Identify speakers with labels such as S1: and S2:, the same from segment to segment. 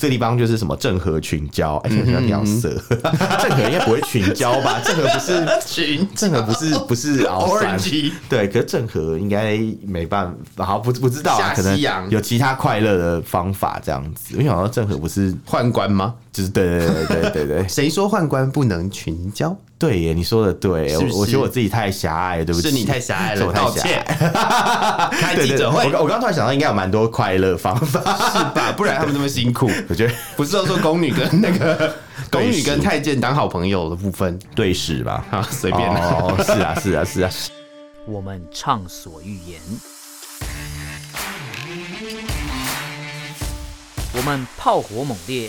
S1: 这地方就是什么郑和群交，哎、我喜
S2: 嗯
S1: 欢讲色， 郑和应该不会群交吧？郑和不是
S2: 群
S1: 郑和不是
S2: 哦
S1: 不 是鳌山
S2: Orangey
S1: 对，可是郑和应该没办法，好不不知道啊，
S2: 下
S1: 可能
S2: 西洋
S1: 有其他快乐的方法这样子。我想到郑和不是
S2: 宦官吗？
S1: 就是对对对对对对
S2: 谁说宦官不能群交？
S1: 对耶，你说的对，
S2: 是不
S1: 我我觉
S2: 是
S1: 得我自己太狭隘了，对不起，
S2: 是你太狭隘
S1: 是
S2: 了，
S1: 我太
S2: 道
S1: 狭隘。
S2: 歉。 开
S1: 对
S2: 记
S1: 对对，
S2: 者
S1: 我
S2: 会
S1: 刚我刚突然想到，应该有蛮多快乐方法，
S2: 是吧？不然他们那么辛苦。
S1: 我觉得
S2: 不是都说宫女跟那 个宫女跟太监当好朋友的部分
S1: 对视吧。
S2: 啊，随便啦
S1: 哦，是啊，是啊，是啊，
S3: 我们畅所欲言；我们炮火猛烈；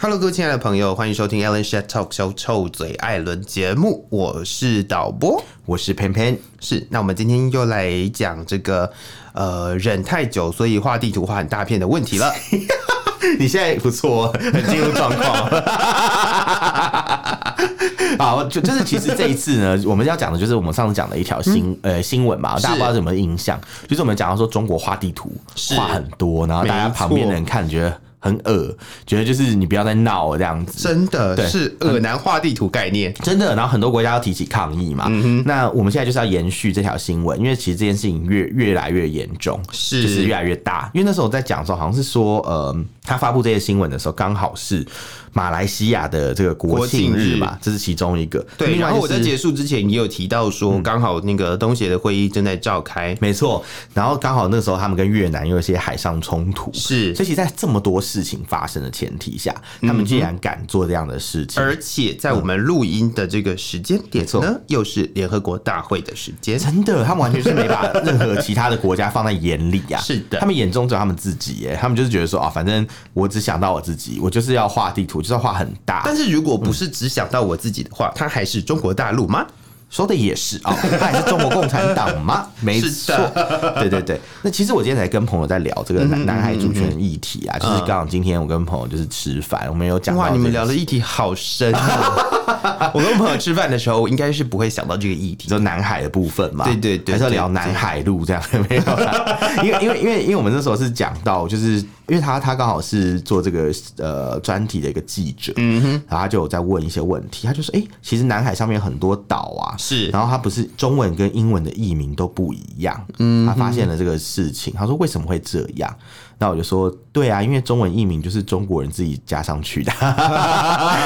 S2: Hello，各位亲爱的朋友，欢迎收听 Alan Shat Talk 小臭嘴艾伦节目，我是导播。
S1: 我是偏偏，
S2: 是，那我们今天又来讲这个呃忍太久，所以画地图画很大片的问题 了。
S1: 你现在不错 哦，很进入状况。好，就就是其实这一次呢， 我们要讲的就是我们上次讲的一条新、
S2: 嗯
S1: 呃新闻嘛，大家不知道有没有印象？就是我们讲到说中国画地图
S2: 是
S1: 画很多，然后大家
S2: 没错
S1: 旁边的人看觉得很恶，觉得就是你不要再闹了这样子。
S2: 真的
S1: 对
S2: 是恶男画地图概念，
S1: 真的，然后很多国家要提起抗议嘛。
S2: 嗯
S1: 那我们现在就是要延续这条新闻，因为其实这件事情越越来越严重，
S2: 是
S1: 就是越来越大。因为那时候我在讲的时候，好像是说，呃，他发布这些新闻的时候，刚好是马来西亚的这个国庆日
S2: 国
S1: 嘛，这是其中一个。
S2: 对。
S1: 另外就是嗯
S2: 然后我在结束之前也有提到说，刚好那个东协的会议正在召开，
S1: 没错，然后刚好那时候他们跟越南又有一些海上冲突，
S2: 是
S1: 所以其实在这么多事情发生的前提下，他
S2: 嗯
S1: 们竟然敢做这样的事情，
S2: 而且在我们录音的这个时间点
S1: 错
S2: 呢，又是联合国大会的时间。
S1: 真的，他们完全是没把任何其他的国家放在眼里呀、
S2: 是的
S1: 他们眼中只有他们自己耶，他们就是觉得说啊，反正我只想到我自己，我就是要画地图，就是要画很大。
S2: 但是如果不是只想到我自己的
S1: 嗯
S2: 话，它还是中国大陆吗？
S1: 说的也是啊，他还是中国共产党吗？ 没
S2: 是
S1: 错，对对对。那其实我今天才跟朋友在聊这个
S2: 嗯
S1: 南南海主权议题啊，就是刚好今天我跟朋友就是吃饭，我们有讲到
S2: 哇，你
S1: 这
S2: 们
S1: 个
S2: 聊的议题好深 啊！我跟朋友吃饭的时候，我应该是不会想到这个议
S1: 你
S2: 题。
S1: 说南海的部分嘛，
S2: 对对对
S1: 还是要
S2: 对
S1: 聊
S2: 对
S1: 南海路这样， 没有啦，因为因为因为因为我们那时候是讲到，就是因为他他刚好是做这个呃专题的一个记者，嗯哼，然后他就有在问一些问题，他就说，哎、其实南海上面有很多岛啊，
S2: 是
S1: 然后他不是中文跟英文的译名都不一样，嗯，他发现了这个事情，他说为什么会这样？那我就说，对啊，因为中文译名就是中国人自己加上去的，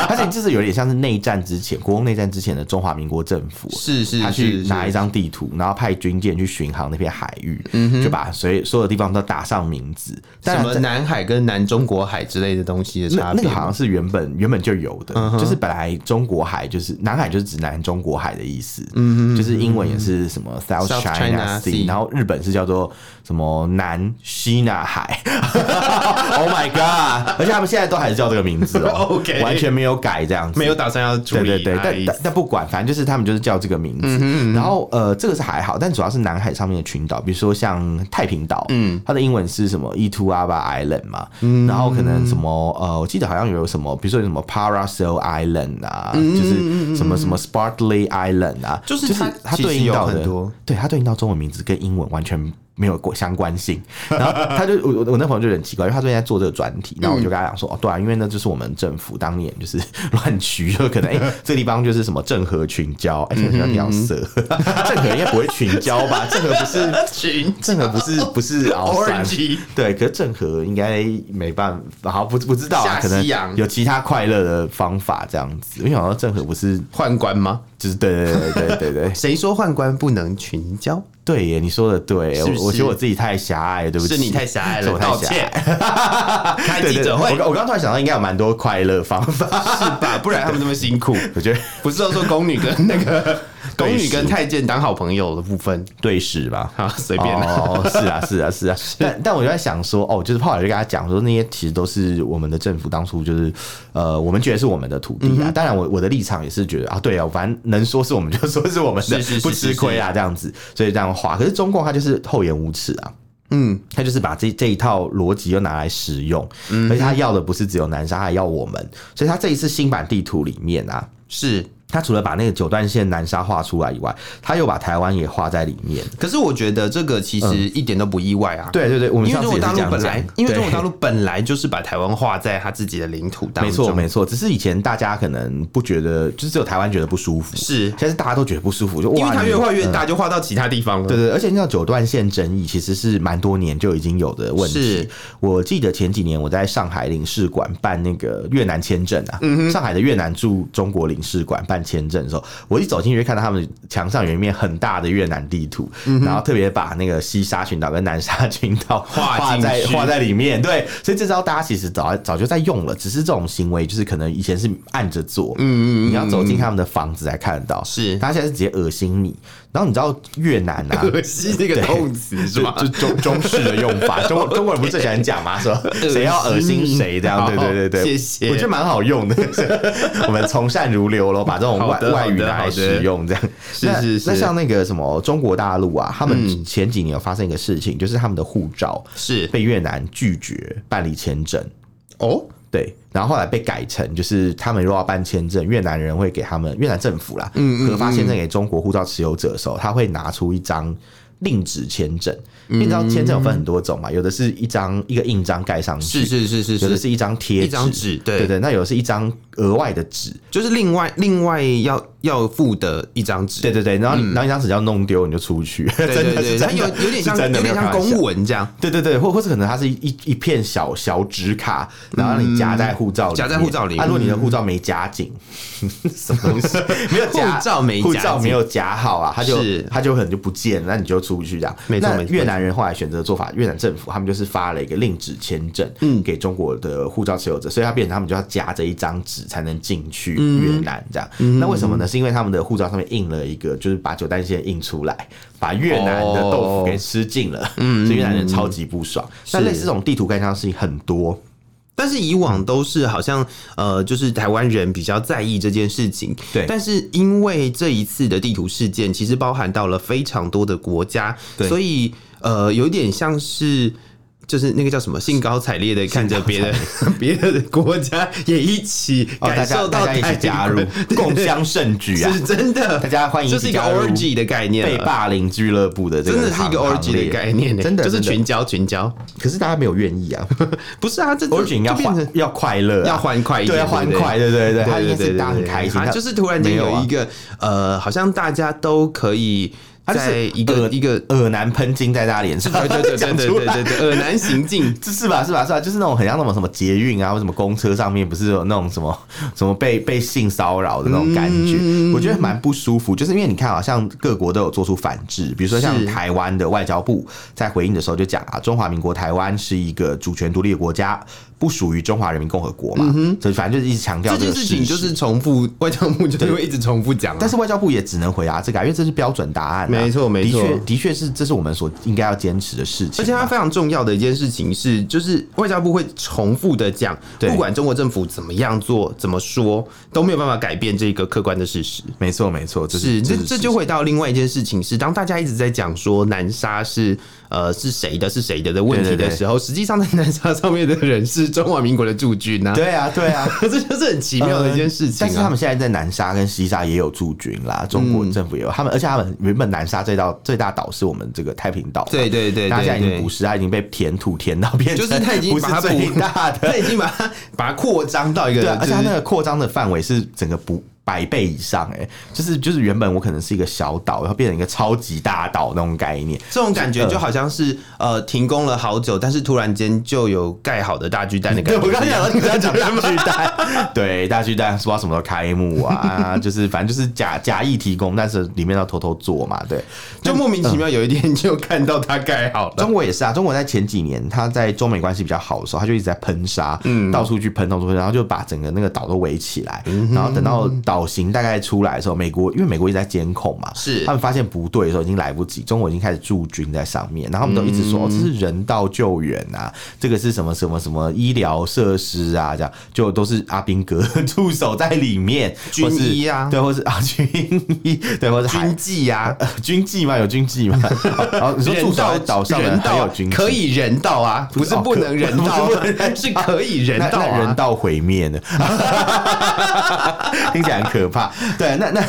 S1: 而且就是有点像是内战之前，国共内战之前的中华民国政府，
S2: 是是
S1: 他去
S2: 是
S1: 拿
S2: 是
S1: 一张地图，然后派军舰去巡航那片海域，就把所有所有地方都打上名字。当
S2: 嗯什
S1: 然
S2: 么
S1: 在
S2: 南海跟南中国海之类的东西的
S1: 那
S2: 差
S1: 那
S2: 别
S1: 个
S2: 吗？
S1: 好像是原本原本就有的，
S2: 嗯
S1: 就是本来中国海就是南海就是指南中国海的意思，
S2: 嗯
S1: 就是英文也是什么 South
S2: South China
S1: China Sea，
S2: Sea
S1: 然后日本是叫做什么南西纳海 ，Oh my God！而且他们现在都还是叫这个名字哦
S2: OK
S1: 完全没有改这样子，
S2: 没有打算要处
S1: 对
S2: 理
S1: 对对，
S2: 它的
S1: 但
S2: 意嗯
S1: 但
S2: 思
S1: 但不管，反正就是他们就是叫这个名字。然后呃，这个是还好，但主要是南海上面的群岛，比如说像太平岛，嗯，它的英文是什么 E t o a b a Island 嘛，
S2: 嗯
S1: 然后可能什么呃，我记得好像有什么，比如说有什么 Paracel Island 啊，
S2: 嗯
S1: 就是什么什么 Sparkly Island 啊，
S2: 就是
S1: 就是
S2: 它
S1: 它
S2: 其实
S1: 对应到
S2: 有
S1: 的
S2: 很多
S1: 对它对应到中文名字跟英文完全。没有过相关性， 然后他就我我我那朋友就很奇怪，因为他最近在做这个专题，
S2: 嗯
S1: 然后我就跟他讲说，哦，对啊，因为那就是我们政府当年就是 乱取，就可能哎、这地方就是什么郑和群交，哎而且
S2: 嗯
S1: 比较比较色， 郑和应该不会群交 吧？郑和不是
S2: 群
S1: 郑和不 是
S2: 哦
S1: 不是鳌山
S2: Orangey
S1: 对，可是郑和应该没办法，好不不知道啊，
S2: 下
S1: 可能
S2: 西洋
S1: 有其他快乐的方法这样子。我想到郑和不是
S2: 宦官吗？
S1: 就是对对对对对对
S2: 谁说宦官不能群交？
S1: 对耶，你说的对，
S2: 是不是
S1: 我我觉得我自己太狭隘了，对不起，
S2: 是你太狭隘
S1: 是
S2: 了，
S1: 我太
S2: 道
S1: 狭
S2: 歉。 开
S1: 对
S2: 记
S1: 对，
S2: 者会
S1: 我刚我刚突然想到，应该有蛮多快乐方法，
S2: 是吧？不然他们那么辛苦。
S1: 我觉得。
S2: 不是都说宫女跟那个 宫女跟太监当好朋友的部分
S1: 对视吧？
S2: 啊，随便啦。
S1: 哦，是 啊，是啊，是啊。但但我就在想说，哦，就是后来就跟他讲说，那些其实都是我们的政府当初就是，呃，我们觉得是我们的土地
S2: 嗯
S1: 啊。当然我，我的立场也是觉得啊，对啊，反正能说是我们就说是我们的，
S2: 是是是
S1: 不吃亏啊，这样子，所以这样划。可是中共他就是厚颜无耻啊。
S2: 嗯，
S1: 他就是把这这一套逻辑又拿来使用，
S2: 嗯
S1: 而且他要的不是只有南沙，他还要我们。所以他这一次新版地图里面啊，
S2: 是。
S1: 他除了把那个九段线南沙画出来以外，他又把台湾也画在里面。
S2: 可是我觉得这个其实一点都不意外啊。。
S1: 嗯对对对，我们
S2: 因
S1: 上
S2: 为中
S1: 次也是这
S2: 国大陆
S1: 样
S2: 本
S1: 讲
S2: 来，因为中国
S1: 对
S2: 大陆本来就是把台湾划在他自己的领土当中，
S1: 没错，没错，只是以前大家可能不觉得，就是只有台湾觉得不舒服，
S2: 是
S1: 现在是大家都觉得不舒服，就
S2: 因为它越
S1: 画
S2: 画越。大，就画到其他地方了。
S1: 嗯 对对，而且那九段线争议其实是蛮多年就已经有的问题
S2: 是。
S1: 我记得前几年我在上海领事馆办那个越南签证啊，
S2: 嗯
S1: 上海的越南驻中国领事馆办签证的时候，我一走进去就看到他们墙上有一面很大的越南地图，
S2: 嗯
S1: 然后特别把那个西沙群岛跟南沙群岛
S2: 画
S1: 画
S2: 进
S1: 在
S2: 去
S1: 画在里面。对，所以这招大家其实早早就在用了，只是这种行为就是可能以前是按着做，嗯嗯，你要走进他们的房子才看得到，
S2: 是
S1: 他现在是直接恶心你。然后你知道越南 啊，
S2: 可惜那个动词是吧？
S1: 就中中式的用 法，中中国人不是最喜欢讲吗？说谁要恶心谁这样，
S2: 好
S1: 对对对对，
S2: 谢谢
S1: 我觉得蛮好用的， 我们从善如流咯，把这种外
S2: 好的
S1: 外语
S2: 好的
S1: 拿来
S2: 好的
S1: 使用，这样
S2: 是
S1: 那
S2: 是是嗯
S1: 那像那个什么中国大陆啊，他们前几年有发生一个事情，就是他们的护照
S2: 是
S1: 被越南拒绝办理签证，
S2: 哦，
S1: 对，然后后来被改成，就是他们如果要办签证，越南人会给他们越南政府啦，
S2: 嗯
S1: 核发签证给中国护照持有者的时候，他会拿出一张令旨签证。
S2: 嗯
S1: 因为你知道签证有分很多种嘛，有的是一张一个印章盖上去，
S2: 是是是是
S1: 有的
S2: 是，
S1: 是一张贴
S2: 一张纸对
S1: 对对，那有的是一张额外的纸，
S2: 就是另外另外要要付的一张纸，
S1: 对对对，然后你、然后一张纸要弄丢你就出去，
S2: 嗯对
S1: 真
S2: 对
S1: 的
S2: 对，
S1: 是
S2: 它
S1: 真
S2: 有
S1: 的
S2: 有点像
S1: 是真的
S2: 有点像。
S1: 没有开玩笑
S2: 公文 这样，
S1: 对对对，或或是可能它是一一一片小小纸卡，然后你夹在护照里面，
S2: 嗯夹在护照里嗯
S1: 啊，如果你的护照没夹紧，什么东西没有夹，
S2: 护照没夹紧
S1: 护照没有夹好啊，它就是它就可能就不见了，那你就出不去这样。
S2: 没错
S1: 那
S2: 没错
S1: 越南人后来选择的做法，越南政府他们就是发了一个令旨签证，给中国的护照持有者，所以他变成他们就要夹着一张纸才能进去越南这样。那为什么呢？是因为他们的护照上面印了一个，就是把九段线印出来，把越南的豆腐给吃尽了，所以越南人超级不爽。那哦嗯类似这种地图盖章的事情很多，
S2: 但是以往都是好像呃，就是台湾人比较在意这件事情，
S1: 对
S2: 但是因为这一次的地图事件，其实包含到了非常多的国家，
S1: 对
S2: 所以呃，有点像是。就是那个叫什么，兴高采烈的看着别的别的 国家也一起
S1: 哦，大
S2: 感
S1: 家
S2: 受
S1: 大
S2: 到
S1: 家一
S2: 台
S1: 起加 入
S2: 湾，
S1: 共襄盛举啊
S2: 是！真的，
S1: 大家欢迎一
S2: 这
S1: 起
S2: 是一个
S1: 加入
S2: orgy 的概念
S1: 被
S2: 了，
S1: 霸凌俱乐部的这个
S2: 真的是一个
S1: 行
S2: orgy 的
S1: 列
S2: 概念欸，
S1: 真的
S2: 就是
S1: 真的
S2: 群交群交，
S1: 可是大家没有愿意啊
S2: 不是啊，这这
S1: ，orgy 应该
S2: 就变成
S1: 欢要快乐啊，
S2: 要欢快一点，
S1: 对，要欢
S2: 不
S1: 快，对对对，
S2: 对
S1: 他应该
S2: 对
S1: 是
S2: 对
S1: 大家很
S2: 对
S1: 开心，
S2: 啊
S1: 他
S2: 就是突然间
S1: 没有
S2: 有
S1: 啊
S2: 一个呃，好像大家都可以
S1: 他就是
S2: 在一个
S1: 呃
S2: 一个，
S1: 恶男喷金在大家脸上，
S2: 对对对对
S1: 讲
S2: 对
S1: 出
S2: 对
S1: 来。
S2: 对对，耳难行进
S1: 这是吧？是吧？是吧？就是那种很像那种什么捷运啊，或者什么公车上面，不是有那种什么什么被被性骚扰的那种感觉，
S2: 嗯
S1: 我觉得蛮不舒服。就是因为你看啊，好像各国都有做出反制，比如说像
S2: 是
S1: 台湾的外交部在回应的时候就讲啊，中华民国台湾是一个主权独立的国家，不属于中华人民共和国嘛，所以反正就是一直强调
S2: 嗯这
S1: 这
S2: 件
S1: 个
S2: 事
S1: 实
S2: 情就是重复，外交部就是会一直重复讲啊，
S1: 但是外交部也只能回答这个啊、因为这是标准答案啊、
S2: 没错没错
S1: 的确的确是这是我们所应该要坚持的事情啊、
S2: 而且它非常重要的一件事情是，就是外交部会重复的讲，
S1: 对
S2: 不管中国政府怎么样做、怎么说，都没有办法改变这个客观的事实。
S1: 没错没错，嗯这
S2: 是，
S1: 是
S2: 这
S1: 是
S2: 这就回到另外一件事情是，当大家一直在讲说南沙是呃是谁的，是谁的的问
S1: 对
S2: 题
S1: 对
S2: 的
S1: 对
S2: 时候，实际上在南沙上面的人是中华民国的驻军啊，
S1: 对啊对啊。
S2: 这就是很奇妙的一件事情、啊
S1: 但是他们现在在南沙跟西沙也有驻军啦，中国政府也有、他们，而且他们原本南沙最大最大岛是我们这个太平岛嘛，
S2: 对对对
S1: 那它现在已
S2: 对
S1: 经
S2: 对
S1: 不是，它已经被填土填到变成
S2: 就是他已经
S1: 不
S2: 把 它
S1: 是最
S2: 补
S1: 大的，
S2: 他已经把它把它扩张到一个，
S1: 对啊，而且它
S2: 就是
S1: 那个扩张的范围是整个不百倍以上、欸，哎，就是就是原本我可能是一个小岛，然后变成一个超级大岛那种概念，
S2: 这种
S1: 嗯
S2: 感觉就好像是呃停工了好久，但是突然间就有盖好的大巨蛋的 感
S1: 对，
S2: 觉。
S1: 我刚才讲到你刚才讲大巨蛋， 对，大巨蛋不知道什么时候开幕 啊，就是反正就是假假意提供，但是里面要偷偷做嘛，对。
S2: 就莫名其妙有一天就看到它盖好了，
S1: 中国也是啊，中国在前几年，他在中美关系比较好的时候，他就一直在喷沙，到处去喷，到处去喷，然后就把整个那个岛都围起来，然后等到岛岛型大概出来的时候，美国因为美国一直在监控嘛，
S2: 是
S1: 他们发现不对的时候已经来不及，中国已经开始驻军在上面，然后他们都一直说、
S2: 嗯
S1: 哦这是人道救援啊，这个是什么什么什么医疗设施啊，这样就都是阿兵哥 驻守在里面，
S2: 军医
S1: 或是
S2: 啊
S1: 对，或是 啊军医，对，或是海
S2: 军纪啊呀，
S1: 呃 军纪嘛，有军纪 嘛，然后你说驻守在岛上的人
S2: 人
S1: 还
S2: 道
S1: 有军纪
S2: 可以人道啊，不是
S1: 哦
S2: 不
S1: 可
S2: 能人 道
S1: 不是不能
S2: 啊，
S1: 人
S2: 是可以人道
S1: 那那人
S2: 啊。
S1: 道毁灭 呢？听起来很可怕。对，那那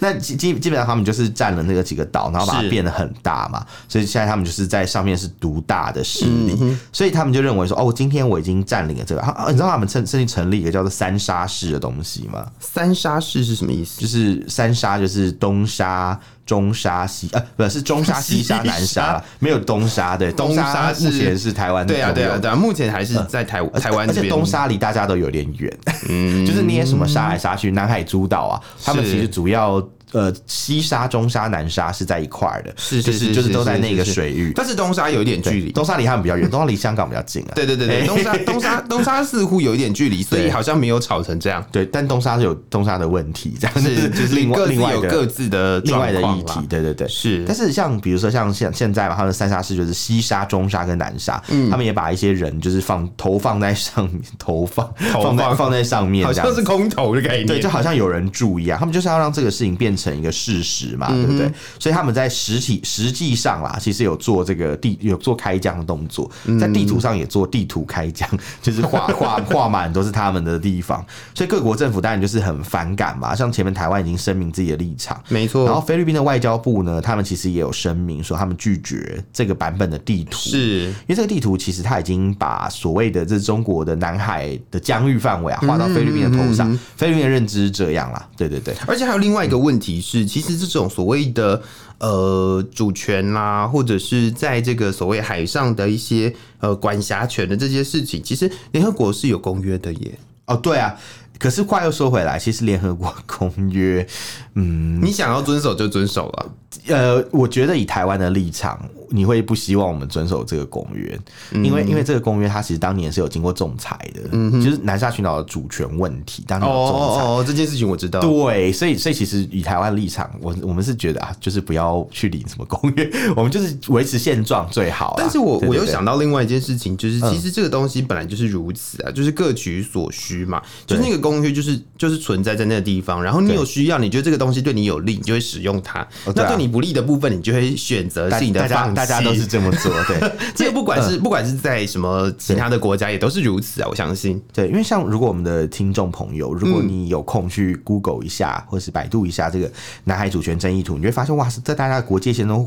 S1: 那基基基本上他们就是占了那个几个岛，然后把它
S2: 是
S1: 变得很大嘛，所以现在他们就是在上面是独大的势
S2: 嗯
S1: 力，所以他们就认为说，哦，今天我已经占领了这个。啊、你知道他们甚甚至成立一个叫做三沙市的东西吗？
S2: 三沙市是什么意思？
S1: 就是三沙就是东沙。中沙西呃不是中沙西沙
S2: 西沙
S1: 南沙啦没有东沙对东沙
S2: 东沙是
S1: 目前是台湾
S2: 对啊，对
S1: 拥有
S2: 啊，
S1: 的
S2: 对啊，目前还是在台台湾
S1: 嗯而
S2: 这
S1: 且
S2: 边。嗯
S1: 东沙离大家都有点远， 就是捏什么沙来沙去，南海诸岛啊，他们
S2: 是
S1: 其实主要呃西沙、中沙、南沙是在一块儿的，
S2: 是
S1: 就是
S2: 是
S1: 就是
S2: 是
S1: 都在
S2: 是
S1: 那个
S2: 是
S1: 水域。
S2: 但是东沙有一点距离。
S1: 东沙离他们比较远，东沙离香港比较近啊。
S2: 对对对对，东沙 东沙东沙似乎有一点距离，所以
S1: 对
S2: 好像没有吵 成这样。
S1: 对，但东沙是有东沙的问题，这样
S2: 是，
S1: 就
S2: 就是是
S1: 另外
S2: 各自
S1: 另外
S2: 有各
S1: 的
S2: 自的
S1: 另外的
S2: 状
S1: 议
S2: 况啦
S1: 题。对对对，
S2: 是，
S1: 但是像比如说像现现在嘛，他们三沙市就是西沙、中沙跟南沙，
S2: 嗯
S1: 他们也把一些人就是放投放在上面，投放
S2: 投
S1: 放在
S2: 放
S1: 放在上面，
S2: 好
S1: 这样
S2: 像
S1: 子。
S2: 是空投的概念，
S1: 对，就好像有人注意啊，他们就是要让这个事情变成一个事实嘛，对不对？所以他们在实体实际上啦，其实有做这个地有做开疆的动作，在地图上也做地图开疆，就是画画画满都是他们的地方，所以各国政府当然就是很反感嘛。像前面台湾已经声明自己的立场，
S2: 没错。
S1: 然后菲律宾的外交部呢，他们其实也有声明说他们拒绝这个版本的地图，
S2: 是
S1: 因为这个地图其实它已经把所谓的这中国的南海的疆域范围啊，
S2: 嗯
S1: 划到菲律宾的头上。菲律宾的认知是这样啦，对对对，
S2: 而且还有另外一个问题是，其实这种所谓的呃主权啦，或者是在这个所谓海上的一些呃管辖权的这些事情，其实联合国是有公约的耶。
S1: 哦对啊。可是话又说回来，其实联合国公约，嗯，
S2: 你想要遵守就遵守啊了，
S1: 呃，我觉得以台湾的立场，你会不希望我们遵守这个公约，
S2: 嗯
S1: 因为因为这个公约它其实当年是有经过仲裁的，就是南沙群岛的主权问题，当
S2: 哦
S1: 年有仲裁。
S2: 哦哦，这件事情我知道。
S1: 对，所以所以其实以台湾立场，我我们是觉得啊，就是不要去领什么公约，我们就是维持现状最好啦。
S2: 但是我
S1: 对
S2: 我
S1: 对
S2: 又
S1: 对嗯
S2: 想到另外一件事情，就是其实这个东西本来就是如此啊，就是各取所需嘛，就是那个公约就是就是存在在那个地方，然后你有需要，你觉得这个东西对你有利，你就会使用它；
S1: 哦对啊
S2: 那对你不利的部分，你就会选择
S1: 大
S2: 性的
S1: 大家
S2: 放弃。
S1: 大家都是嗯这么做，对
S2: 这个不管是、不管是在什么其他的国家也都是如此啊，我相信。
S1: 对，因为像如果我们的听众朋友，如
S2: 嗯
S1: 果你有空去 Google 一下，或是百度一下这个南海主权争议图，你就会发现哇，是这大家的国界线都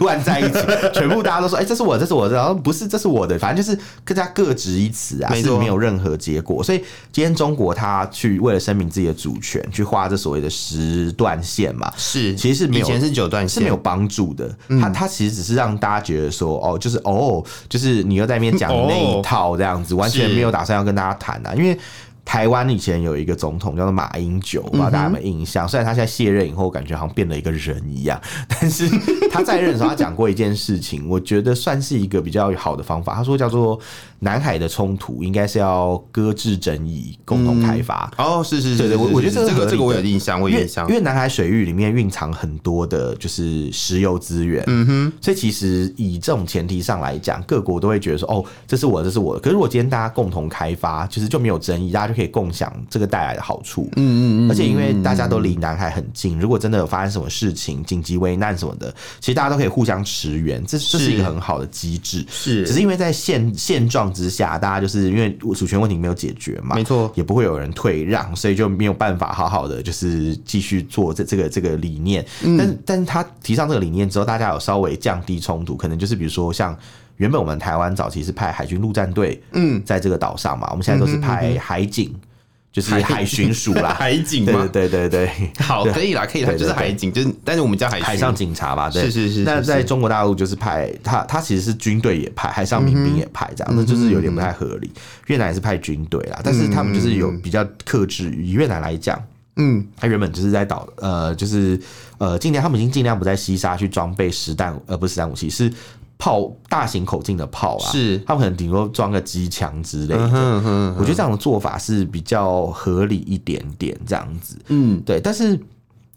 S1: 乱在 一起，全部大家都说哎、这是我，这是我的，然后不是这是我的，反正就是各家各执一词啊，
S2: 没
S1: 是
S2: 错
S1: 没有任何结果。所以今天中国他去为了声明自己的主权，去画这所谓的时段线嘛，
S2: 是，
S1: 其实是没
S2: 以
S1: 有
S2: 前是九段
S1: 是
S2: 线，嗯
S1: 没有帮助的。他他其实只是让大家觉得说，哦，就是哦，就是你又在那边讲
S2: 哦
S1: 那一套这样子，完全
S2: 是
S1: 没有打算要跟大家谈啊，因为。台湾以前有一个总统叫做马英九，不知
S2: 嗯
S1: 道大家有没有印象？虽然他现在卸任以后，感觉好像变了一个人一 样，但是他在任的时候，他讲过一件事情，我觉得算是一个比较好的方法。他说叫做南海的冲突应该是要搁置争议，共同开发。
S2: 哦，是是是，
S1: 对对
S2: 是
S1: 我
S2: 是
S1: 我觉得
S2: 是
S1: 这个合
S2: 这个
S1: 理
S2: 这个我
S1: 的
S2: 有印象，我
S1: 因
S2: 有
S1: 为
S2: 印象
S1: 因。为南海水域里面蕴藏很多的就是石油资源，嗯哼，所以其实以这种前提上来讲，各国都会觉得说，哦，这是我的，这是我的。可是如果今天大家共同开发，其实就没有争议，大家就可以共享这个带来的好处，嗯嗯嗯。而且因为大家都离南海很近，如果真的有发生什么事情、紧急危难什么的，其实大家都可以互相驰援，这这是一个很好的机制。
S2: 是
S1: 只是因为在现现状之下，大家就是因为主权问题没有解决嘛，
S2: 没错
S1: 也不会有人退让，所以就没有办法好好的就是继续做这这个这个理念。
S2: 嗯
S1: 但是但是他提倡这个理念之后，大家有稍微降低冲突，可能就是比如说像。原本我们台湾早期是派海军陆战队，嗯，在这个岛上嘛，我们现在都是派海警， 就是海巡署啦，
S2: 嗯海警
S1: 对
S2: 嘛，
S1: 对对对对，
S2: 好，
S1: 对
S2: 可以啦，可以啦，
S1: 对对
S2: 就是
S1: 对
S2: 海警，就是但是我们叫海
S1: 海
S2: 巡
S1: 上警察吧，对，
S2: 哎是是是
S1: 那
S2: 是
S1: 在
S2: 是
S1: 中国大陆就是派他，他其实是军队也派，海上民兵也派，
S2: 嗯
S1: 这样、那就是有点不太合理。越南也是派军队啦，但是他们就是有比较克制。以越南来讲，
S2: 嗯，
S1: 他原本就是在岛，呃，就是呃，尽量他们已经尽量不在西沙去装备实弹，呃，不是实弹武器是。炮大型口径的炮啊，
S2: 是
S1: 他们可能顶多装个机枪之类
S2: 嗯
S1: 的。
S2: 哼哼
S1: 我觉得这样的做法是比较合理一点点，这样子。嗯，对。但是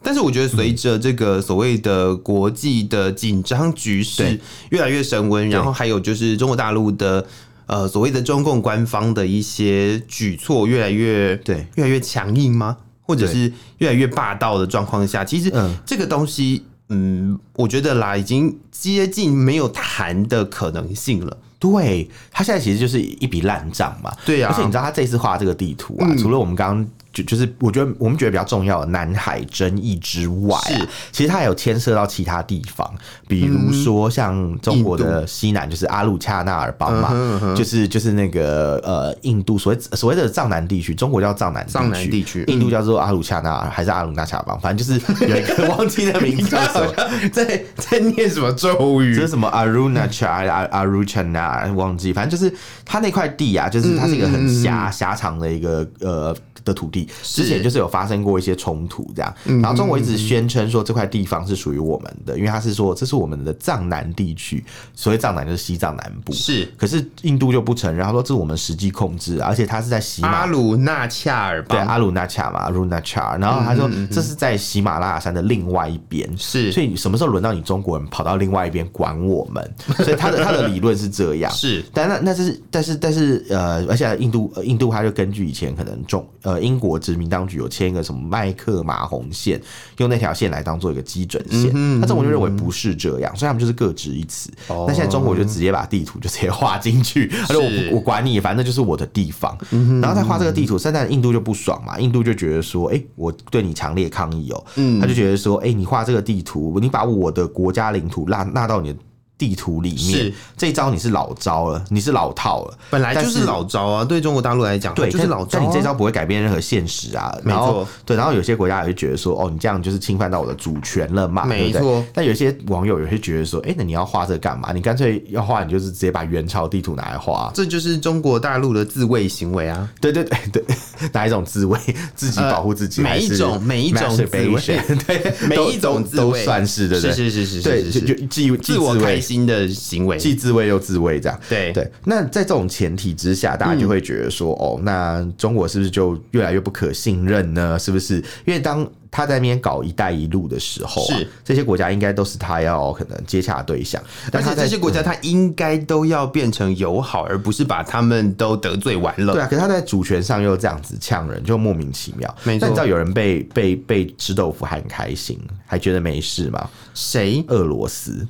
S2: 但是我觉得随着这个所谓的国际的紧张局势
S1: 对
S2: 越来越升温，然后还有就是中国大陆的。呃，所谓的中共官方的一些举措越来越
S1: 对，
S2: 越来越强硬吗？或者
S1: 对
S2: 是越来越霸道的状况下，其实
S1: 嗯
S2: 这个东西，嗯，我觉得啦，已经接近没有谈的可能 性了。
S1: 对他现在其实就是一笔烂账嘛。
S2: 对呀、嗯
S1: 而且你知道他这次画这个地图啊，除了我们刚刚就就是我觉得我们觉得比较重要的南海争议之外、啊
S2: 是，
S1: 其实它还有牵涉到其他地方，比如说像中国的西南就是阿鲁恰纳尔邦嘛，
S2: 嗯哼嗯哼
S1: 就是就是那个呃印度所谓所谓的藏南地区，中国叫藏南地区
S2: 藏南地区嗯
S1: 印度叫做阿鲁恰纳尔还是阿鲁纳恰邦，反正就是有一个 忘记的 名字叫什么。
S2: 在在念什么咒
S1: 这
S2: 语
S1: 是？什么 Arunachal 阿阿 Aruchana 忘记，反正就是它那块地啊，就是它是一个很
S2: 嗯
S1: 狭狭长的一个呃的土地，
S2: 是嗯
S1: 之前就是有发生过一些冲突这样，然后中国一直宣称说这块地方是属于我们的，因为它是说这是我们的藏南地区，所谓藏南就是西藏南部，
S2: 是
S1: 可是印度就不承认，他说这是我们实际控制，而且它是在喜马
S2: 阿嗯鲁纳恰尔
S1: 对
S2: 邦，
S1: 阿鲁纳恰嘛，阿鲁纳恰，然后他说这是在喜马拉雅山的另外一边，
S2: 是
S1: 所以什么时候轮到你中国人跑到另外一边管我们？所以他的他的理论是这样。
S2: 是
S1: 但那那是但是但是呃，而且印度、呃、印度它就根据以前可能中呃英国殖民当局有签一个什么麦克马洪线，用那条线来当做一个基准线。
S2: 嗯
S1: 那中国就认为不是这样，所以他们就是各执一词。
S2: 哦
S1: 那现在中国就直接把地图就直接画进去，他说我
S2: 是嗯
S1: 不我管你，反正就是我的地方。然后再画这个地图，现在印度就不爽嘛，印度就觉得说，哎、我对你强烈抗议哦、
S2: 嗯
S1: 他就觉得说，哎、你画这个地图，你把我的国家领土纳纳到你的。地图里面
S2: 是，
S1: 这一招你是老招了，你是老套了，
S2: 本来就
S1: 但
S2: 是老招啊，对中国大陆来讲，
S1: 对，
S2: 就是
S1: 但
S2: 老招、啊。
S1: 但你这招不会改变任何现实啊。
S2: 没
S1: 然后
S2: 错
S1: 对，然后有些国家也就觉得说，哦，你这样就是侵犯到我的主权了嘛，对
S2: 没
S1: 不对
S2: 错
S1: 但有些网友也会觉得说，哎、那你要画这个干嘛？你干脆要画，你就是直接把元朝地图拿来画。
S2: 这就是中国大陆的自卫行为啊！
S1: 对对对对， 哪一种自卫？自己保护自己，
S2: 呃
S1: 还是
S2: 每一种每一种自卫
S1: masturbation？对，
S2: 每
S1: 都
S2: 一种
S1: 都
S2: 自
S1: 都
S2: 卫
S1: 算是，对不对？
S2: 是是是是
S1: 对，就
S2: 是
S1: 是就是既既
S2: 自我
S1: 卫
S2: 开心的行为，
S1: 既自卫又自卫这样。
S2: 对嗯
S1: 对，那在这种前提之下，大家就会觉得说，哦，那中国是不是就越来越不可信任呢？是不是？因为当他在那边搞“一带一路”的时候、啊，
S2: 是
S1: 这些国家应该都是他要可能接洽的对象，
S2: 而
S1: 但他
S2: 且这
S1: 在嗯
S2: 些国家它应该都哎要变成友好，而不是
S1: 啊
S2: 把他们都得罪完了。
S1: 对啊，可是他在主权上又这样子呛人，就莫名其妙。
S2: 没错
S1: 那你知道有人被被被吃豆腐还很开心，还觉得没事吗？
S2: 谁？
S1: 俄罗斯，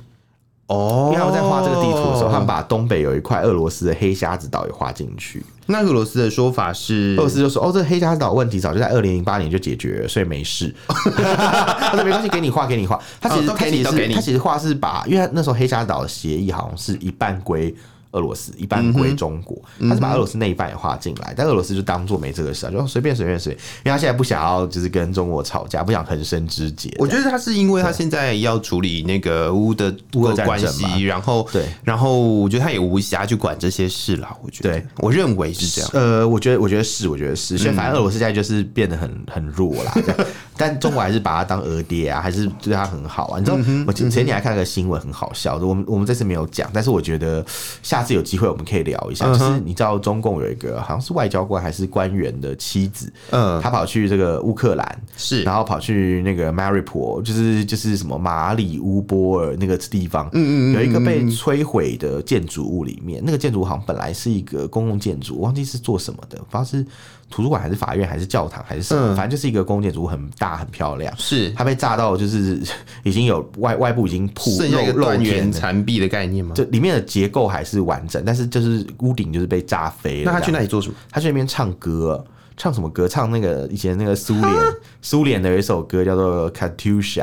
S2: 哦
S1: 因为他们在画这个地图的时候，他们把东北有一块俄罗斯的黑瞎子岛也画进去。
S2: 那俄罗斯的说法是
S1: 俄，罗斯就说：“哦，这个黑瞎子岛问题早就在二零零八年就解决了，所以没 事。”他说：“没关系，给你画，给你画。”他其实、
S2: 哦都
S1: 他
S2: 给你
S1: 其实
S2: 都给
S1: 是
S2: 你
S1: 他其实画是把，因为他那时候黑瞎子岛的协议好像是一半归。俄罗斯一半归中国，
S2: 嗯
S1: 他是把俄罗斯那一半也划进来，但俄罗斯就当做没这个事啊，就随便随便随便，因为他现在不想要就是跟中国吵架，不想横生枝节。
S2: 我觉得他是因为他现在要处理那个乌的
S1: 乌俄战
S2: 关
S1: 争嘛
S2: 系，然后
S1: 对
S2: 然后我觉得他也无暇去管这些事啦。我觉得，
S1: 对
S2: 我认为是这样。嗯
S1: 呃，我觉得，我觉得是，我觉得是。所以，反正俄罗斯现在就是变得很很弱啦，这 样但中国还是把他当俄爹啊，还是对他很好啊。你知道，
S2: 嗯
S1: 我前前几天还看了个新闻，很好笑的。我们我们这次没有讲，但是我觉得下次有机会我们可以聊一下。
S2: 嗯
S1: 就是你知道，中共有一个好像是外交官还是官员的妻子，
S2: 嗯
S1: 他跑去这个乌克兰，
S2: 是
S1: 然后跑去那个 Maripol，就是就是什么马里乌波尔那个地方，嗯嗯，有一个被摧毁的建筑物里面，那个建筑物好像本来是一个公共建筑，我忘记是做什么的，不知道是图书馆还是法院还是教堂还是什么，
S2: 嗯
S1: 反正就是一个公共建筑物，很大很漂亮。
S2: 是
S1: 它被炸到就是 已经有外外部已经铺
S2: 剩下一个
S1: 露露
S2: 断
S1: 天
S2: 垣
S1: 了，
S2: 残壁的概念吗？
S1: 就里面的结构还是完整，但是就是屋顶就是被炸飞了。
S2: 那他去
S1: 这样
S2: 那里做什么？
S1: 他去那边唱歌，唱什么歌？唱那个以前那个苏 联，苏联的有一首歌叫做《Katusha》，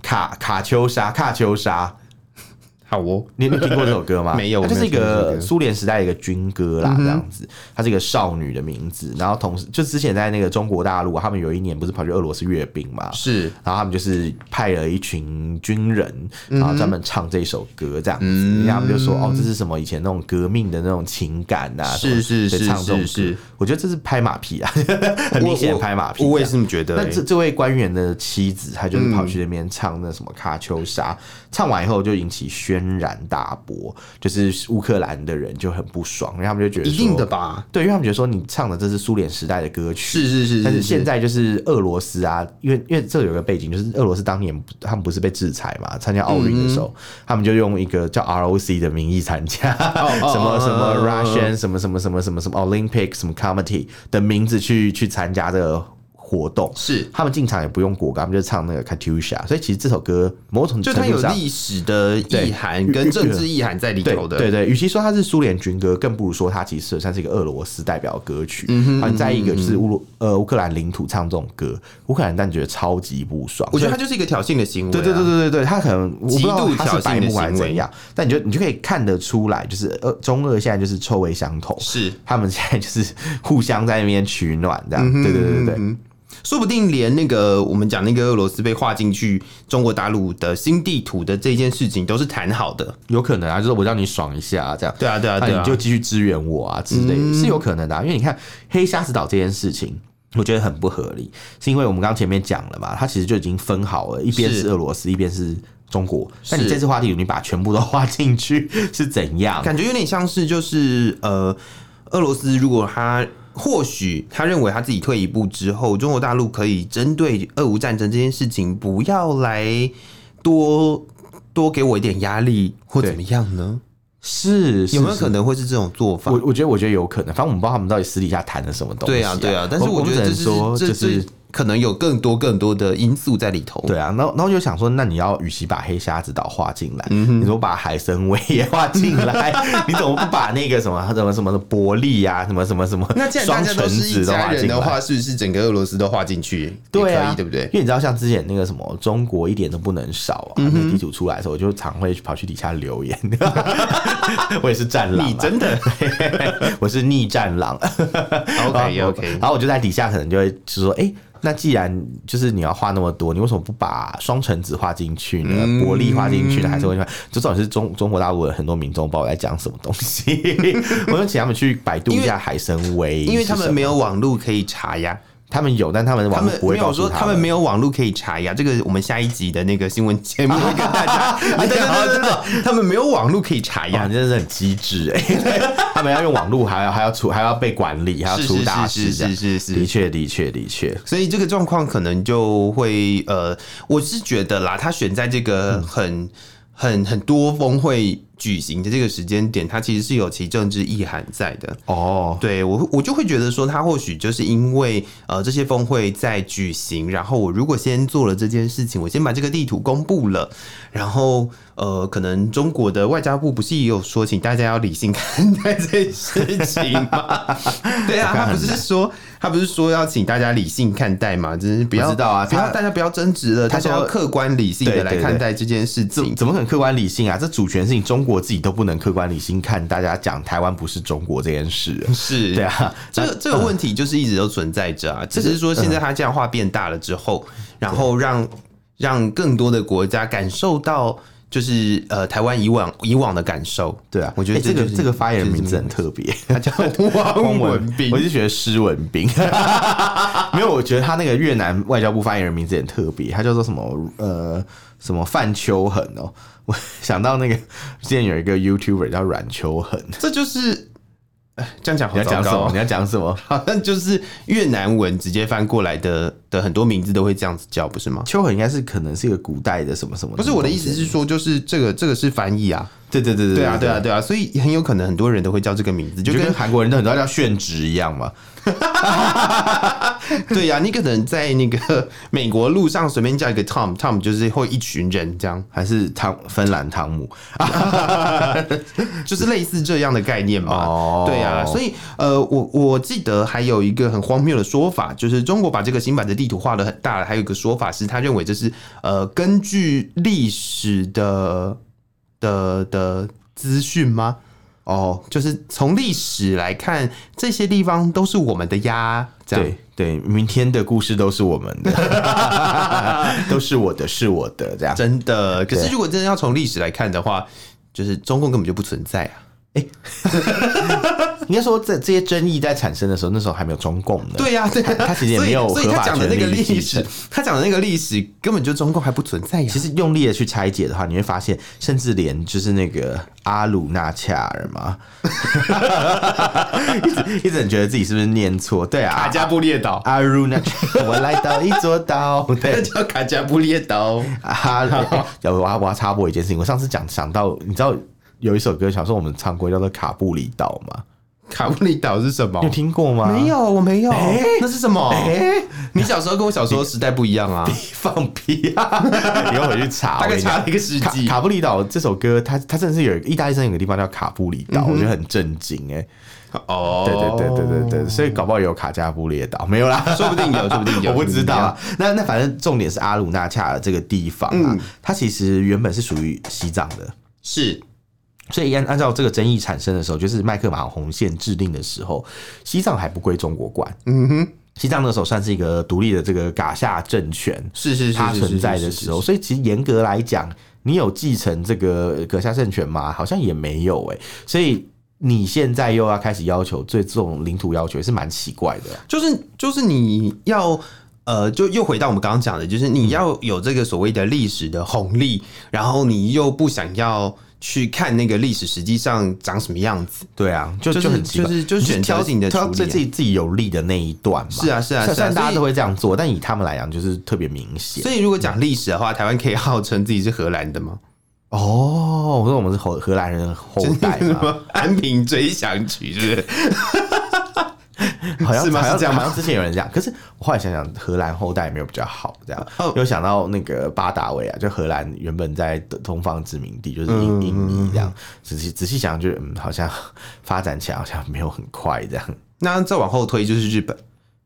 S1: 卡卡秋莎，卡秋莎。
S2: 好哦，
S1: 你你听过这首歌吗？
S2: 没有
S1: 它就是一
S2: 我没有听过
S1: 个
S2: 这首歌嗯
S1: 苏联时代的一个军歌啦，这样子。它是一个少女的名字，然后同时就之前在那个中国大陆啊，他们有一年不是跑去俄罗斯阅兵嘛，
S2: 是
S1: 然后他们就是派了一群军人，
S2: 嗯
S1: 然后专门唱这首歌这样子，然后他们就说哦，这是什么以前那种革命的那种情感呐、啊，
S2: 是
S1: 什么
S2: 是
S1: 对
S2: 是
S1: 唱这种
S2: 是是
S1: 歌，我觉得这是拍马屁啊， 很明显
S2: 我
S1: 的拍马屁
S2: 我
S1: 这
S2: 也
S1: 样
S2: 是。这么觉得、
S1: 那
S2: 欸
S1: 这这位
S2: 嗯
S1: 官员的妻子，她就是跑去那边唱那什么《卡秋莎》，唱完以后就引起轩轩然大波，就是乌克兰的人就很不爽，然后他们就觉得
S2: 一
S1: 说
S2: 定的，吧？
S1: 对，因为他们觉得说你唱的这是苏联时代的歌曲，
S2: 是是是，
S1: 但是
S2: 是
S1: 现在就是俄罗斯啊，因为因为这有个背景，就是俄罗斯当年不他们不是被制裁嘛，参加奥运的时候，
S2: 嗯
S1: 他们就用一个叫 ROC 的名义参加，
S2: 哦
S1: 什么什么
S2: 哦
S1: Russian 什么什么什么什么什么 Olympic 什么 Committee 的名字去去参加这个活动。
S2: 是，
S1: 他们进场也不用国歌，他们就唱那个 Katusha，所以其实这首歌某种
S2: 就
S1: 程
S2: 它
S1: 度
S2: 有
S1: 上，
S2: 历史的意涵跟政治意涵在里
S1: 对
S2: 头的。
S1: 对对，与其说它是苏联军歌，更不如说它其实算是一个俄罗斯代表歌曲。嗯哼，再一个就是乌罗呃乌克兰领土唱这种歌，乌克兰但觉得超级不爽。
S2: 我觉得
S1: 所以
S2: 它就是一个挑衅的行为啊、
S1: 对对对对对对，他可能我不知道
S2: 极度
S1: 他是
S2: 挑
S1: 白
S2: 衅的
S1: 目还是
S2: 行为
S1: 怎样，但你就你就可以看得出来，就是呃中俄现在就是臭味相投，
S2: 是，
S1: 他们现在就是互相在那边取暖这样。对对对对对，
S2: 说不定连那个我们讲那个俄罗斯被划进去中国大陆的新地图的这件事情都是谈好的。
S1: 有可能啊，就是我让你爽一下这样。
S2: 对啊，对啊，
S1: 那
S2: 对啊，
S1: 你就继续支援我啊之类
S2: 嗯
S1: 的，是有可能的啊、因为你看黑瞎子岛这件事情。我觉得很不合理，是因为我们刚刚前面讲了嘛，它其实就已经分好了，一边
S2: 是
S1: 是俄罗斯，一边是中国。那你
S2: 是
S1: 这次划地图，你把全部都划进去 是怎样？
S2: 感觉有点像是就是呃，俄罗斯如果他。或许他认为他自己退一步之后，中国大陆可以针对俄乌战争这件事情，不要来多多给我一点压力或
S1: 对
S2: 怎么样呢？
S1: 是
S2: 有没有
S1: 是
S2: 可能会是这种做法
S1: 我？我觉得我觉得有可能，反正我们不知道他们到底私底下谈了什么东西、
S2: 对啊，对啊，但是
S1: 我
S2: 我觉得
S1: 们
S2: 这
S1: 只能说
S2: 是
S1: 就
S2: 这
S1: 是
S2: 是可能有更多更多的因素在里头。
S1: 对啊，然后然后就想说，那你要与其把黑瞎子岛划进来，
S2: 嗯
S1: 你说把海参崴也划进来， 你怎么不把那个什么什么什么的伯利啊，什么什么什么
S2: 那既然大
S1: 双
S2: 家都
S1: 唇
S2: 是一
S1: 子都
S2: 家
S1: 划
S2: 人
S1: 进
S2: 的
S1: 来？
S2: 话，是不是整个俄罗斯都划进去？
S1: 对
S2: 也可
S1: 啊，
S2: 以对不
S1: 因
S2: 对？
S1: 为你知道，像之前那个什么中国一点都不能少啊，
S2: 嗯
S1: 那个地主出来的时候，我就常会跑去底下留言。 我也是战狼啊、欸
S2: 你 真的
S1: 我是逆战狼。
S2: OK
S1: 然后
S2: OK，
S1: 啊然后我就在底下可能就会就说，哎、那既然就是你要画那么多，你为什么不把双橙子画进去呢？
S2: 嗯
S1: 伯利画进去呢？还是会画？就重点是中中国大陆的很多民众不知道我在讲什么东西， 我就请他们去百度一下海参崴，
S2: 因为他
S1: 是什
S2: 们
S1: 么
S2: 没有网路可以查呀，
S1: 他们有，但他们
S2: 他
S1: 网络
S2: 们
S1: 不
S2: 没
S1: 会告
S2: 有
S1: 诉
S2: 说他们没有网路可以查呀。这个我们下一集的那个新闻节目会跟大 家，对对对对哦对，他们没有网路可以查
S1: 呀，
S2: 呀
S1: 你。真的是很机智哎、他们要用网络，还要还要出，还要被管理，还要
S2: 是
S1: 出
S2: 是
S1: 大
S2: 是
S1: 事这
S2: 是
S1: 样，
S2: 是
S1: 的
S2: 是，
S1: 确，的确，的确，
S2: 所以这个状况可能就会呃，我是觉得啦，他选在这个很、很很多峰会举行的这个时间点，它其实是有其政治意涵在的。
S1: 哦，
S2: 对我，我就会觉得说，他或许就是因为呃这些峰会在举行，然后我如果先做了这件事情，我先把这个地图公布了，然后呃，可能中国的外交部不是也有说，请大家要理性 看待这件事情吗？ 对啊，他不是说他不是说要请大家理性看待嘛，真是不
S1: 我
S2: 要
S1: 知道啊
S2: 不要
S1: 他
S2: 大家不要争执了，
S1: 他
S2: 大家要
S1: 说
S2: 客观理性的
S1: 对
S2: 来
S1: 对
S2: 看
S1: 对
S2: 待这件事
S1: 怎
S2: 情。
S1: 怎么可能客观理性啊？这主权事情，中国自己都不能客观理性看大家讲台湾不是中国这件事。
S2: 是
S1: 对啊，
S2: 这个这个问题就是一直都存在着啊，只是说现在
S1: 嗯
S2: 它这样化变大了之后，然后让让更多的国家感受到，就是呃台湾以往以往的感受。
S1: 对啊，
S2: 我觉得
S1: 欸这个
S2: 就是
S1: 这个发言人名字很特 别，
S2: 他叫汪文斌
S1: 我，是觉得施文 斌，没有，我觉得他那个越南外交部发言人名字很特别，他叫做什么呃什么范秋恒哦， 我想到那个之前有一个 YouTuber 叫阮秋恒，
S2: 这就是哎这样讲
S1: 你
S2: 好
S1: 要
S2: 糟
S1: 讲什
S2: 糕
S1: 么？
S2: 哦
S1: 你，要讲什么？
S2: 好像就是越南文直接翻过来的的很多名字都会这样子叫，不是吗？
S1: 秋恒应该是可能是一个古代的什么什么，
S2: 不是我的意思是说，就是这个这个是翻译啊，
S1: 对，对对对
S2: 对啊对啊对啊，所以很有可能很多人都会叫这个名字，就
S1: 就
S2: 跟
S1: 跟韩国人都很多叫炫职一样嘛，
S2: 对呀、你可能在那个 美国路上随便叫一个 Tom，Tom 就是会一群人这样，
S1: 还是汤芬兰汤姆？
S2: 就是类似这样的概念嘛。
S1: 哦
S2: 对呀、所以呃，我我记得还有一个很荒谬的说法，就是中国把这个新版的地图画的很大了。还有一个说法是，他认为这是呃根据历史的的的资讯吗？哦，就是从历史来看，这些地方都是我们的呀，这样。
S1: 对对，明天的故事都是我们 的，都是我的，是我的这样。
S2: 真的，可
S1: 对
S2: 是如果真的要从历史来看的话，就是中共根本就不存在啊。
S1: 应该说在这些争议在产生的时候，那时候还没有中共呢。
S2: 对呀、对、啊，
S1: 他其实也没有
S2: 所以所以
S1: 合
S2: 他
S1: 法
S2: 讲的那
S1: 权
S2: 个
S1: 利继
S2: 历
S1: 承
S2: 史，他讲的那个历史根本就中共还不存在呀、
S1: 其实用力的去拆解的话，你会发现，甚至连就是那个阿鲁纳恰尔嘛， 一直一直很觉得自己是不是念错？对啊，
S2: 卡加布列岛，
S1: 阿鲁纳恰尔，我来到一座 岛。
S2: 那
S1: 对，
S2: 叫卡加布列岛。
S1: 啊， 要我要我要插播一件事情，我上次讲想到，你知道有一首歌，小时候我们唱过，叫做《卡布里岛》吗？
S2: 卡布里岛是什么
S1: 你哦有？听过吗？
S2: 没有，我 没有。
S1: 哎
S2: 那是什么？
S1: 哎
S2: 你小时候跟我小时候时代不一样啊，
S1: 放屁啊！你要回去查，我
S2: 大概
S1: 跟你讲
S2: 差了一个世
S1: 卡
S2: 纪。
S1: 卡布里岛这首歌，它它真的是有一个意大利真的有个地方叫卡布里岛，我觉得很震惊哎、
S2: 嗯哦，
S1: 对对对对对对，所以搞不好也有卡加布列岛，没有啦，
S2: 说不定有，说不定 有，嗯
S1: 我不知道
S2: 啊。
S1: 啊。那那反正重点是阿鲁纳恰尔这个地方啊，它其实原本是属于西藏的。
S2: 是
S1: 所以按按照这个争议产生的时候，就是麦克马洪线制定的时候，西藏还不归中国管。嗯哼，西藏那时候算是一个独立的这个噶夏政权，
S2: 是是是，
S1: 它
S2: 是
S1: 存在的时，候，所以其实严格来讲，你有继承这个阁下政权吗？好像也没有哎、所以你现在又要开始要求对这种领土要求，也是蛮奇怪的。
S2: 是是是就是就是你要。呃，就又回到我们刚刚讲的，就是你要有这个所谓的历史的红利，然后你又不想要去看那个历史实际上长什么样子，
S1: 对啊，就
S2: 就是
S1: 就很奇怪，
S2: 就是就是
S1: 你
S2: 选择
S1: 挑
S2: 性地
S1: 挑
S2: 处理
S1: 对
S2: 啊
S1: 自己自己有利的那一段嘛。
S2: 是啊是啊
S1: 虽
S2: 是啊
S1: 然大
S2: 所
S1: 家
S2: 以
S1: 都会这样做，但以他们来讲，就是特别明显。
S2: 所以如果讲历史的话，台湾可以号称自己是荷兰的吗？
S1: 哦，我说我们是荷荷兰人的后代
S2: 什
S1: 嘛，
S2: 么安平追想曲是不是？
S1: 好像
S2: 是吗
S1: 好像
S2: 是这样吗
S1: 好像之前有人讲，可是我后来想想，荷兰后代也没有比较好，这样、
S2: 哦
S1: 有想到那个巴达维啊，就荷兰原本在东方殖民地，就是
S2: 嗯
S1: 印印尼这样，仔细仔细想想，就嗯，好像发展起来好像没有很快这样。
S2: 那再往后推就是日本，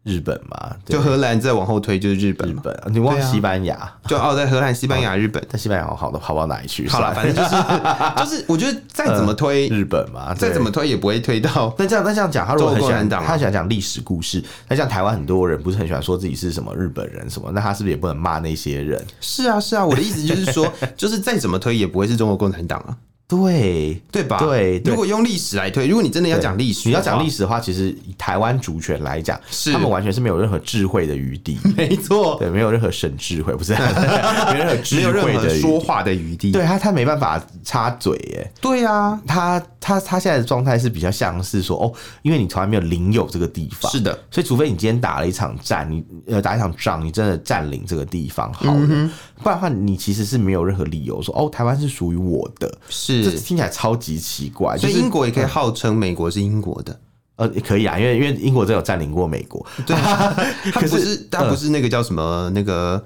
S1: 日本嘛，对
S2: 就荷兰再往后推就是日本
S1: 日
S2: 嘛，
S1: 本，你忘
S2: 对啊
S1: 西班牙，
S2: 就哦，在荷兰、西班牙、日本。
S1: 但西班牙好好的好不到哪里去？
S2: 好了，
S1: 算
S2: 反正就是就是，我觉得再怎么推，
S1: 日本嘛，
S2: 再
S1: 对
S2: 怎么推也不会推到。
S1: 那这样那这样讲，他如果很喜
S2: 中国共
S1: 欢
S2: 产党啊
S1: 他喜欢讲历史故事，那像台湾很多人不是很喜欢说自己是什么日本人什么，那他是不是也不能骂那些人？
S2: 是啊，是啊，我的意思就是 说，就是再怎么推也不会是中国共产党啊，
S1: 对，
S2: 对吧？
S1: 对对
S2: 如果用历史来推，如果你真的要讲历史，
S1: 你要讲历
S2: 史，
S1: 史的话，其实以台湾主权来讲，
S2: 是
S1: 他们完全是没有任何智慧的余地，
S2: 没错，
S1: 对，没有任何省智慧，不是没有任何
S2: 没
S1: 智
S2: 有任
S1: 慧
S2: 何
S1: 的余
S2: 说
S1: 地。
S2: 话的余地。
S1: 对他，他没办法插嘴耶。
S2: 对啊，
S1: 他他他现在的状态是比较像是说哦，因为你从来没有领有这个地方，
S2: 是的，
S1: 所以，除非你今天打了一场战，你呃打一场仗，你真的占领这个地方好
S2: 嗯
S1: 了，不然的话，你其实是没有任何理由说哦，台湾是属于我的，这
S2: 是。
S1: 听起来超级奇怪。
S2: 所
S1: 就
S2: 以
S1: 是
S2: 英国也可以号称美国是英国的，
S1: 呃可以啊，因为因为英国真的有占领过美国，
S2: 对啊，
S1: 可
S2: 他不
S1: 是嗯
S2: 是他不是那个叫什么那个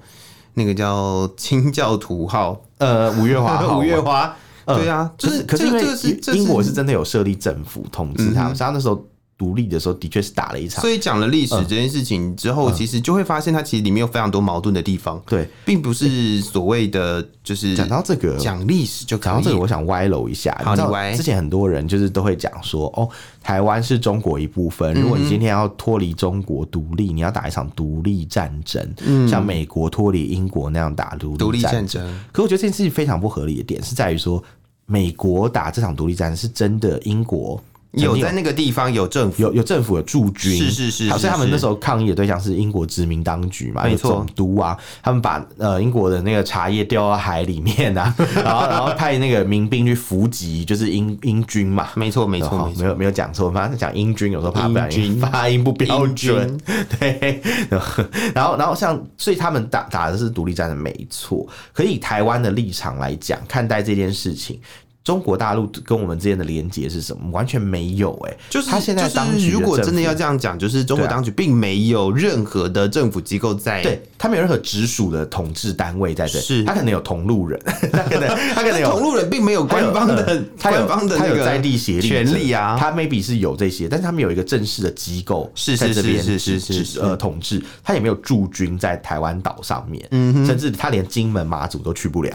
S2: 那个叫清教徒号，
S1: 呃 五月花号嘛
S2: 五月。花，
S1: 嗯
S2: 对啊，就
S1: 可
S2: 是
S1: 是可是
S2: 这
S1: 因为
S2: 个这个是这
S1: 英英国是真的有设立政府统治他们，所以他那时候独立的时候的确是打了一场
S2: 所。以讲了历
S1: 嗯
S2: 史这件事情之后，其实就会发现它其实里面有非常多矛盾的地方，
S1: 对，
S2: 并不是所谓的就是
S1: 讲到这个，
S2: 讲历史就可
S1: 讲到这个，
S2: 以。
S1: 我想歪楼一下。
S2: 好
S1: 知道
S2: 你歪
S1: 之前很多人就是都会讲说，哦，台湾是中国一部分。
S2: 嗯
S1: 如果你今天要脱离中国独立，你要打一场独立战争，像美国脱离英国那样打
S2: 嗯独
S1: 独
S2: 立
S1: 立
S2: 战
S1: 战。
S2: 争
S1: 可我觉得这件事情非常不合理的点是在于说，美国打这场独立战是真的英国
S2: 有在那个地方有政府，
S1: 有有政府有驻军，
S2: 是是是
S1: 好，
S2: 是
S1: 所以他们
S2: 是
S1: 那时候抗议的对象是英国殖民当局嘛，
S2: 没
S1: 有
S2: 错
S1: 总督啊，他们把呃英国的那个茶叶掉到海里面啊， 然后然后派那个民兵去伏击，就是英英军嘛。
S2: 没错没错
S1: 哦
S2: 没
S1: 没
S2: 错，
S1: 有没有讲错，反正讲英军有时候怕不小
S2: 英
S1: 心
S2: 军
S1: 发音不标
S2: 英军
S1: 准， 对，然后然后然后像，所以他们打打的是独立战争没错，可以台湾的立场来讲，看待这件事情。中国大陆跟我们之间的连结是什么？完全没有哎、
S2: 就是
S1: 他现在当
S2: 就是
S1: 局
S2: 如果真的
S1: 政府
S2: 要这样讲，就是中国
S1: 对啊
S2: 当局并没有任何的政府机构在
S1: 对他没有任何直属的统治单位在这，
S2: 是
S1: 他可能有同路人， 他可能他可能
S2: 但
S1: 有。
S2: 同路人并没有
S1: 他有
S2: 官方的
S1: 呃他 有
S2: 官方的
S1: 他
S2: 那
S1: 有
S2: 个
S1: 在地协力者
S2: 权利啊，
S1: 他 maybe 是有这些，但是他们有一个正式的机构
S2: 是
S1: 在
S2: 是
S1: 这边
S2: 是
S1: 指
S2: 是
S1: 指
S2: 是是是
S1: 呃统治，他也没有驻军在台湾岛上面，
S2: 嗯
S1: 甚至他连金门、马祖都去不了。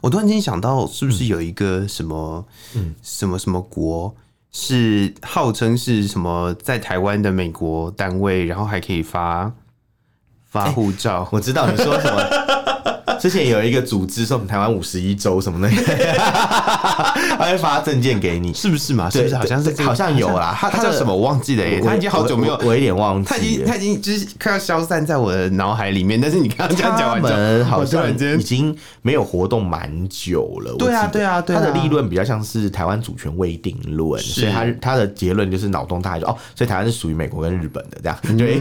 S2: 我突然间想到，是不是有一
S1: 嗯
S2: 个什么、什么什么国，是号称是什么在台湾的美国
S1: 哎
S2: 单位，然后还可以发发护照？
S1: 我知道你说什么 之前有一个组织说我们台湾五十一州什么的， 他会发证件给你。
S2: 是不是嘛？是不是
S1: 对
S2: 好像是这个
S1: 好像有啦
S2: 他
S1: 他
S2: 叫
S1: 他的
S2: 什么我忘记了耶？
S1: 我
S2: 他已经好久没有
S1: 我，我我有点忘记
S2: 他已经
S1: 了
S2: 他已经就是快要消散在我的脑海里面。但是你 刚刚这样讲完之
S1: 他们
S2: 后，
S1: 好
S2: 我突
S1: 像
S2: 然间
S1: 已经没有活动蛮久了。我
S2: 对
S1: 记
S2: 啊
S1: 得
S2: 对啊对啊
S1: 他的立论比较像是台湾主权未定论，
S2: 是
S1: 所以他他的结论就是脑洞大开说哦，所以台湾是属于美国跟日本的这样，就、诶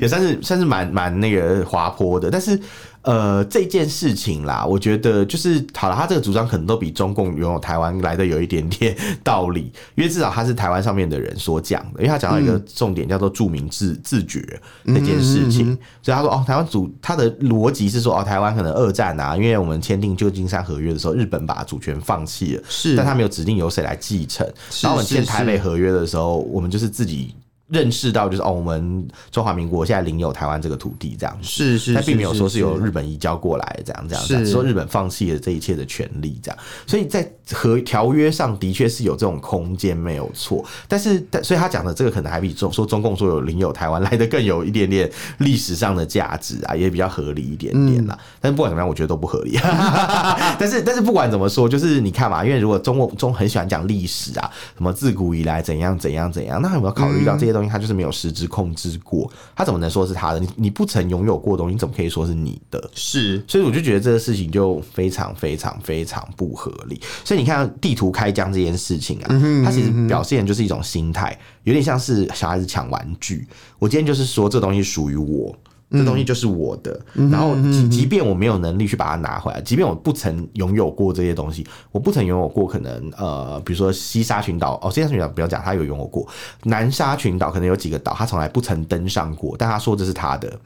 S1: 也算是算是蛮蛮那个滑坡的，但是。呃，这件事情啦，我觉得就是好了，他这个主张可能都比中共拥有台湾来的有一点点道理， 因为至少他是台湾上面的人所讲的，因为他讲到一个重点叫做著名自自觉这件事
S2: 嗯
S1: 情，所以他说哦，台湾主他的逻辑是说哦，台湾可能二战啊，因为我们签订旧金山合约的时候，日本把主权放弃了，
S2: 是
S1: 但他没有指定由谁来继承，
S2: 是
S1: 然后我们
S2: 是
S1: 签台
S2: 是
S1: 北合约的时候，我们就是自己。认识到就是哦，我们中华民国现在领有台湾这个土地这样子，
S2: 是是，
S1: 但并没有说是由
S2: 是
S1: 日本移交过来的这样这样，
S2: 是
S1: 这样只说日本放弃了这一切的权利这样，所以在和条约上的确是有这种空间没有错，但是但所以他讲的这个可能还比中说中共说有领有台湾来的更有一点点历史上的价值啊，也比较合理一点点
S2: 嗯
S1: 啦。但是不管怎么样，我觉得都不合理。但是但是不管怎么说，就是你看嘛，因为如果中国中很喜欢讲历史啊，什么自古以来怎样怎样怎样，那有没有考虑到这些东西，它就是没有实质控制过，它怎么能说是他的？你你不曾拥有过的东西，你怎么可以说是你的？
S2: 是
S1: 所以我就觉得这个事情就非常非常非常不合理。所以你看地图开疆这件事情啊，它其实表现就是一种心态，有点像是小孩子抢玩具。我今天就是说这东西属于我。这东西就是我的，然后即即便我没有能力去把它拿回来，即便我不曾拥有过这些东西，我不曾拥有过可能呃，比如说西沙群岛哦，西沙群岛不要讲，他有拥有过，南沙群岛可能有几个岛，他从来不曾登上过，但他说这是他的，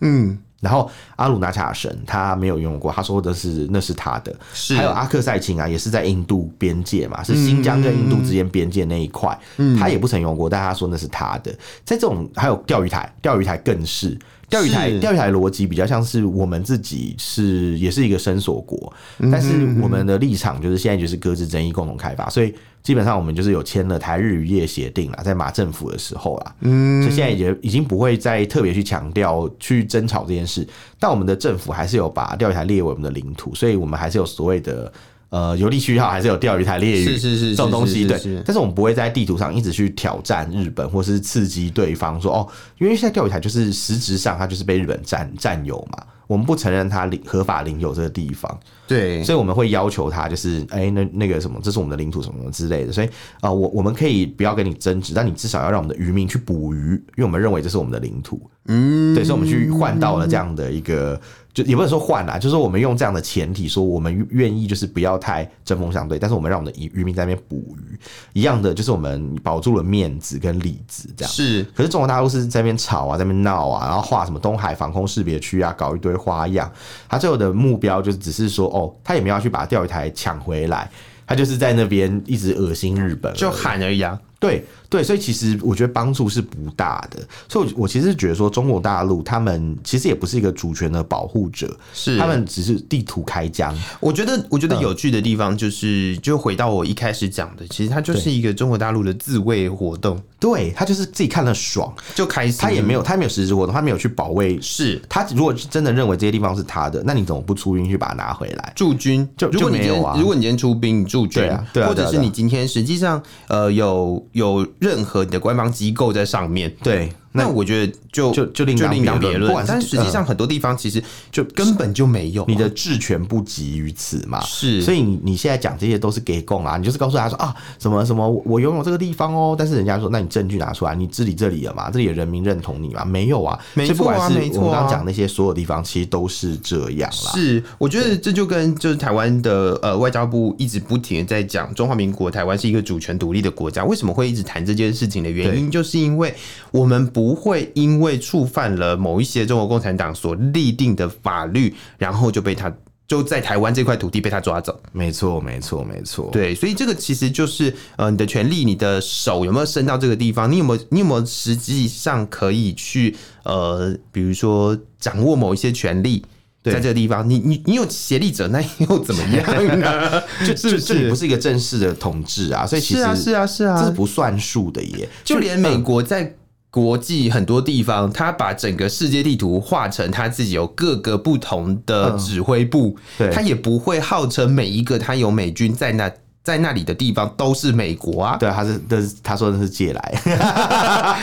S1: 然后阿鲁纳恰尔神他没有用过，他说的是那是他的，
S2: 是嗯
S1: 还有阿克塞钦啊，也是在印度边界嘛，是新疆跟印度之间边界那一块，他也不曾用过，但他说那是他的。在这种还有钓鱼台，钓鱼台更是钓鱼台，
S2: 是
S1: 钓鱼台逻辑比较像是我们自己是也是一个伸索国，
S2: 嗯
S1: 但是我们的立场就是现在就是搁置争议，共同开发，所以。基本上我们就是有签了台日渔业协定啦，在马政府的时候啦，嗯，所以现在也已经不会再特别去强调去争吵这件事，但我们的政府还是有把钓鱼台列为我们的领土，所以我们还是有所谓的。呃，游历区号还是有钓鱼台列屿
S2: 是是是
S1: 这种东
S2: 是
S1: 西，
S2: 是
S1: 对
S2: 是。
S1: 但是我们不会在地图上一直去挑战日本，或是刺激对方说哦，因为现在钓鱼台就是实质上它就是被日本占占有嘛，我们不承认它领合法领有这个地方，
S2: 对，
S1: 所以我们会要求他，就是哎、那那个什么，这是我们的领土什么什么之类的。所以啊、呃我我们可以不要跟你争执，但你至少要让我们的渔民去捕鱼，因为我们认为这是我们的领土。嗯，对，所以我们去换到了这样的一个，就也不能说换啦，就是我们用这样的前提说，我们愿意就是不要太针锋相对，但是我们让我们的渔渔民在那边捕鱼，一样的就是我们保住了面子跟里子这样。
S2: 是
S1: 可是中国大陆是在那边吵啊，在那边闹啊，然后画什么东海防空识别区啊，搞一堆花样。他最后的目标就只是说，哦，他也没有要去把钓鱼台抢回来，他就是在那边一直恶心日本而已，
S2: 就喊而已啊。
S1: 对对，所以其实我觉得帮助是不大的。所以我，我其实觉得说，中国大陆他们其实也不是一个主权的保护者，
S2: 是嗯
S1: 他们只是地图开疆。
S2: 我觉得，我觉得有趣的地方就是，就回到我一开始讲的，其实它就是一个中国大陆的自卫活动，
S1: 对他就是自己看了爽，
S2: 就开始
S1: 他也没有他没有实质活动，他没有去保卫。
S2: 是
S1: 他如果是真的认为这些地方是他的，那你怎么不出兵去把它拿回来？
S2: 驻军，
S1: 就
S2: 如果你今
S1: 就没有
S2: 天、
S1: 啊
S2: 如果你今天出兵，你驻军
S1: 对啊对啊
S2: 或者
S1: 对
S2: 是
S1: 啊对啊
S2: 你今天实际上呃有有任何你的官方机构在上面，
S1: 对，
S2: 那我觉得就
S1: 就就另
S2: 就
S1: 当
S2: 另当
S1: 别
S2: 别
S1: 论不管是呃
S2: 但实际上很多地方其实就根本就没有啊、
S1: 你的治权不及于此嘛。
S2: 是
S1: 所以你你现在讲这些都是给供啊，你就是告诉他说啊，什么什么，我我拥有这个地方哦，但是人家说，那你证据拿出来，你治理这里了嘛？这里的人民认同你嘛？没有啊，
S2: 没
S1: 所以不
S2: 错啊
S1: 管是
S2: 没错啊
S1: 我们刚刚讲那些所有地方，其实都是这样啦。
S2: 是，我觉得这就跟就是台湾的呃外交部一直不停的在讲中华民国台湾是一个主权独立的国家，为什么会一直谈这件事情的原因，就是因为我们不会因为触犯了某一些中国共产党所立定的法律，然后就被他就在台湾这块土地被他抓走。
S1: 没错，没错，没错。
S2: 对，所以这个其实就是呃，你的权利，你的手有没有伸到这个地方？你有没有你有没有实际上可以去呃，比如说掌握某一些权利？在这个地方，你你你有协力者，那又怎么样呢？ 就
S1: 就
S2: 是不
S1: 这里不
S2: 是？
S1: 是一个正式的统治啊，所以其
S2: 是
S1: 实
S2: 啊，是
S1: 啊，
S2: 啊，是
S1: 这是
S2: 啊，
S1: 不算数的耶。
S2: 就连美
S1: 嗯
S2: 国在国际很多地方，他把整个世界地图画成他自己有各个不同的
S1: 嗯
S2: 指挥部，
S1: 对
S2: 他也不会号称每一个他有美军在那在那里的地方都是美国啊，
S1: 对，他是，但是他说的是借来，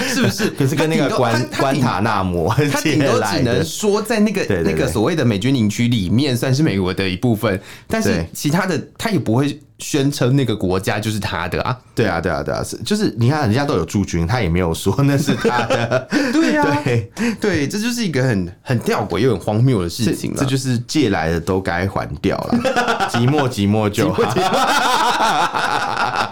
S2: 是不是？
S1: 可是跟那
S2: 他
S1: 个
S2: 顶多
S1: 关
S2: 他他
S1: 关
S2: 顶
S1: 塔纳摩
S2: 他
S1: 借
S2: 顶多
S1: 来
S2: 只能
S1: 的，
S2: 说在那个
S1: 对对对
S2: 那个所谓的美军营区里面算是美国的一部分，但是
S1: 对
S2: 其他的他也不会宣称那个国家就是他的啊。
S1: 对啊，对啊，对啊，是就是你看人家都有驻军，他也没有说那是他的，
S2: 对 啊，
S1: 对，
S2: 对，这就是一个很很吊诡又很荒谬的事
S1: 这
S2: 情
S1: 这
S2: 了。
S1: 就是借来的都该还掉了， 寂寞寂寞就好。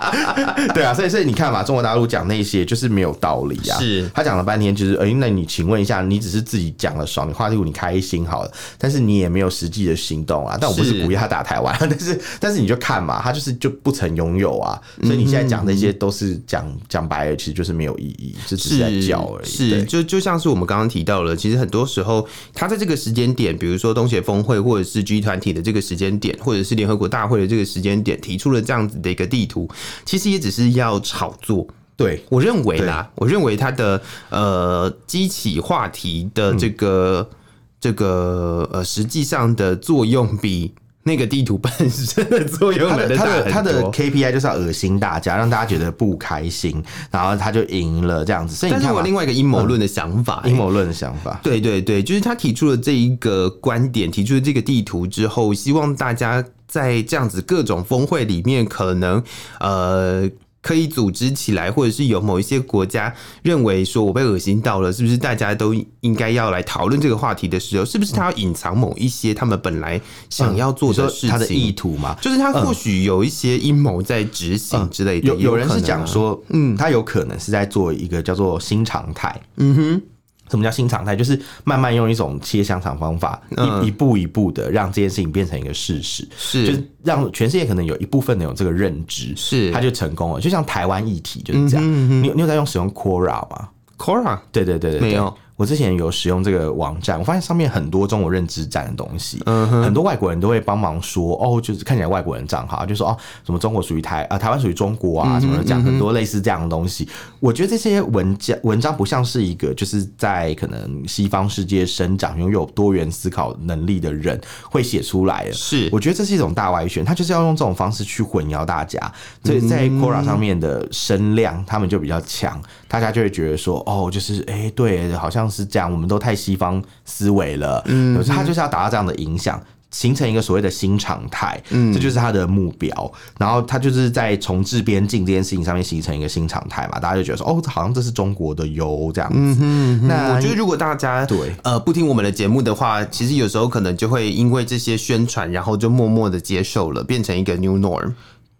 S1: 对啊，所以所以你看嘛，中国大陆讲那些就是没有道理啊。
S2: 是
S1: 他讲了半天，就是哎、那你请问一下，你只是自己讲了爽，你画屁股你开心好了，但是你也没有实际的行动啊。但我不
S2: 是
S1: 是鼓励他打台湾，啊但是 但是你就看嘛，他就是就不曾拥有啊。所以你现在讲那
S2: 嗯
S1: 些都是讲讲白了，其实就是没有意义，这只是在叫而已。
S2: 是
S1: 对
S2: 就就像是我们刚刚提到了，其实很多时候，他在这个时间点，比如说东协峰会或者是 G 团体的这个时间点，或者是联合国大会的这个时间点，提出了这样子的一个地图，其实也只是要炒作。
S1: 对
S2: 我认为啦，我认为它的呃激起话题的这个、
S1: 嗯
S2: 这个呃实际上的作用比那个地图本身 的作用
S1: 他
S2: 来
S1: 的
S2: 大
S1: 他的
S2: 很
S1: 他的
S2: 多
S1: KPI 就是要恶心大家，让大家觉得不开心，然后他就赢了这样子。所以
S2: 但
S1: 你
S2: 是
S1: 看嗯
S2: 我
S1: 嘛，
S2: 另外一个阴谋论的想法、
S1: 阴谋论的想法，
S2: 对对对，就是他提出了这一个观点，提出了这个地图之后，希望大家在这样子各种峰会里面，可能呃。可以组织起来，或者是有某一些国家认为说我被恶心到了，是不是大家都应该要来讨论这个话题的时候，是不是他要隐藏某一些他们本来想要做
S1: 你说
S2: 的事情？
S1: 呃他的意图嘛。
S2: 就是他或许有一些阴谋在执行之类的。
S1: 有
S2: 也
S1: 嗯
S2: 有
S1: 有人
S2: 可
S1: 是
S2: 能啊
S1: 讲，说，嗯，他有可能是在做一个叫做新常态。嗯哼，什么叫新常态？就是慢慢用一种切香肠方法，
S2: 嗯
S1: 一一步一步的让这件事情变成一个事实，
S2: 是
S1: 就是让全世界可能有一部分人有这个认知，
S2: 是
S1: 他就嗯成功了。就像台湾议题就是这样。你有你有在用使用 Quora 吗？
S2: Cora
S1: 对对对对，
S2: 没
S1: 对
S2: 有。
S1: 我之前有使用这个网站，我发现上面很多中国认知站的东西，
S2: 嗯
S1: 很多外国人都会帮忙说，哦，就是看起来外国人账号，就说哦，什么中国属于台啊、台湾属于中国
S2: 嗯
S1: 啊，什么的讲很多类似这样的东西。我觉得这些文章文章不像是一个就是在可能西方世界生长、拥有多元思考能力的人会写出来的，
S2: 是
S1: 我觉得这是一种大外宣，他就是要用这种方式去混淆大家。所以在
S2: 嗯
S1: Quora 上面的声量，他们就比较强，大家就会觉得说，哦，就是哎、诶对，好像是这样，我们都太西方思维了。嗯，他就是要达到这样的影响。形成一个所谓的新常态，嗯，这就是他的目标。然后他就是在重置边境这件事情上面形成一个新常态嘛，大家就觉得说，哦，好像这是中国的哟，这样
S2: 嗯
S1: 子。那
S2: 我觉得如果大家
S1: 对
S2: 呃不听我们的节目的话，其实有时候可能就会因为这些宣传，然后就默默的接受了，变成一个 new norm，
S1: 对对对对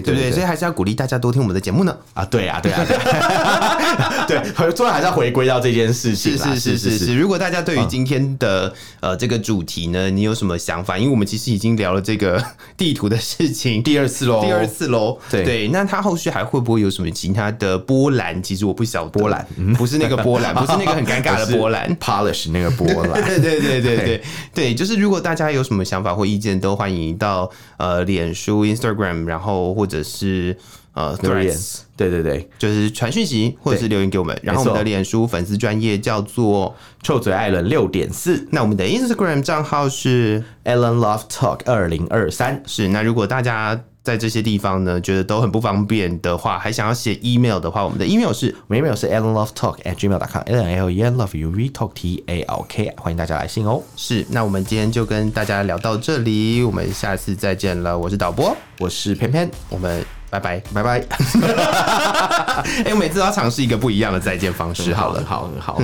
S2: 对不对？所以还是要鼓励大家多听我们的节目呢。
S1: 啊，对啊，对啊，对 啊对，最后还是要回归到这件事情
S2: 是
S1: 啦，
S2: 是是
S1: 是
S2: 是是，如果大家对于今天的、呃这个主题呢，你有什么想法？因为我们其实已经聊了这个地图的事情。
S1: 第二次喽，
S2: 第二次喽，
S1: 对
S2: 那它后续还会不会有什么其他的波澜？其实我不晓得，波
S1: 澜
S2: 不是那个波澜， 不是那个很尴尬的波澜，
S1: ，polish 那个波兰，
S2: 对对对对对
S1: 对
S2: 对，就是如果大家有什么想法或意见，都欢迎到呃脸书、Instagram，然后或者是呃
S1: 留言
S2: Threads，，
S1: 对对对，
S2: 就是传讯息或者是留言给我们。然后我
S1: 没错
S2: 们的脸书粉丝专业叫做，
S1: 臭嘴艾伦六点四
S2: 那我们的 Instagram 账号是
S1: ，Alan Love Talk 二零二三，
S2: 是。那如果大家在这些地方呢，觉得都很不方便的话，还想要写 email 的话，我们的 email 是
S1: 我们 email 是 Alan Love Talk at gmail.com，L N L E N Love U V Talk T A L K，欢迎大家来信哦。
S2: 是。那我们今天就跟大家聊到这里，我们下次再见了。我是导播，
S1: 我是偏偏，
S2: 我们拜拜。
S1: 拜 拜。
S2: 哎、我每次都要尝试一个不一样的再见方式。好了，
S1: 好好。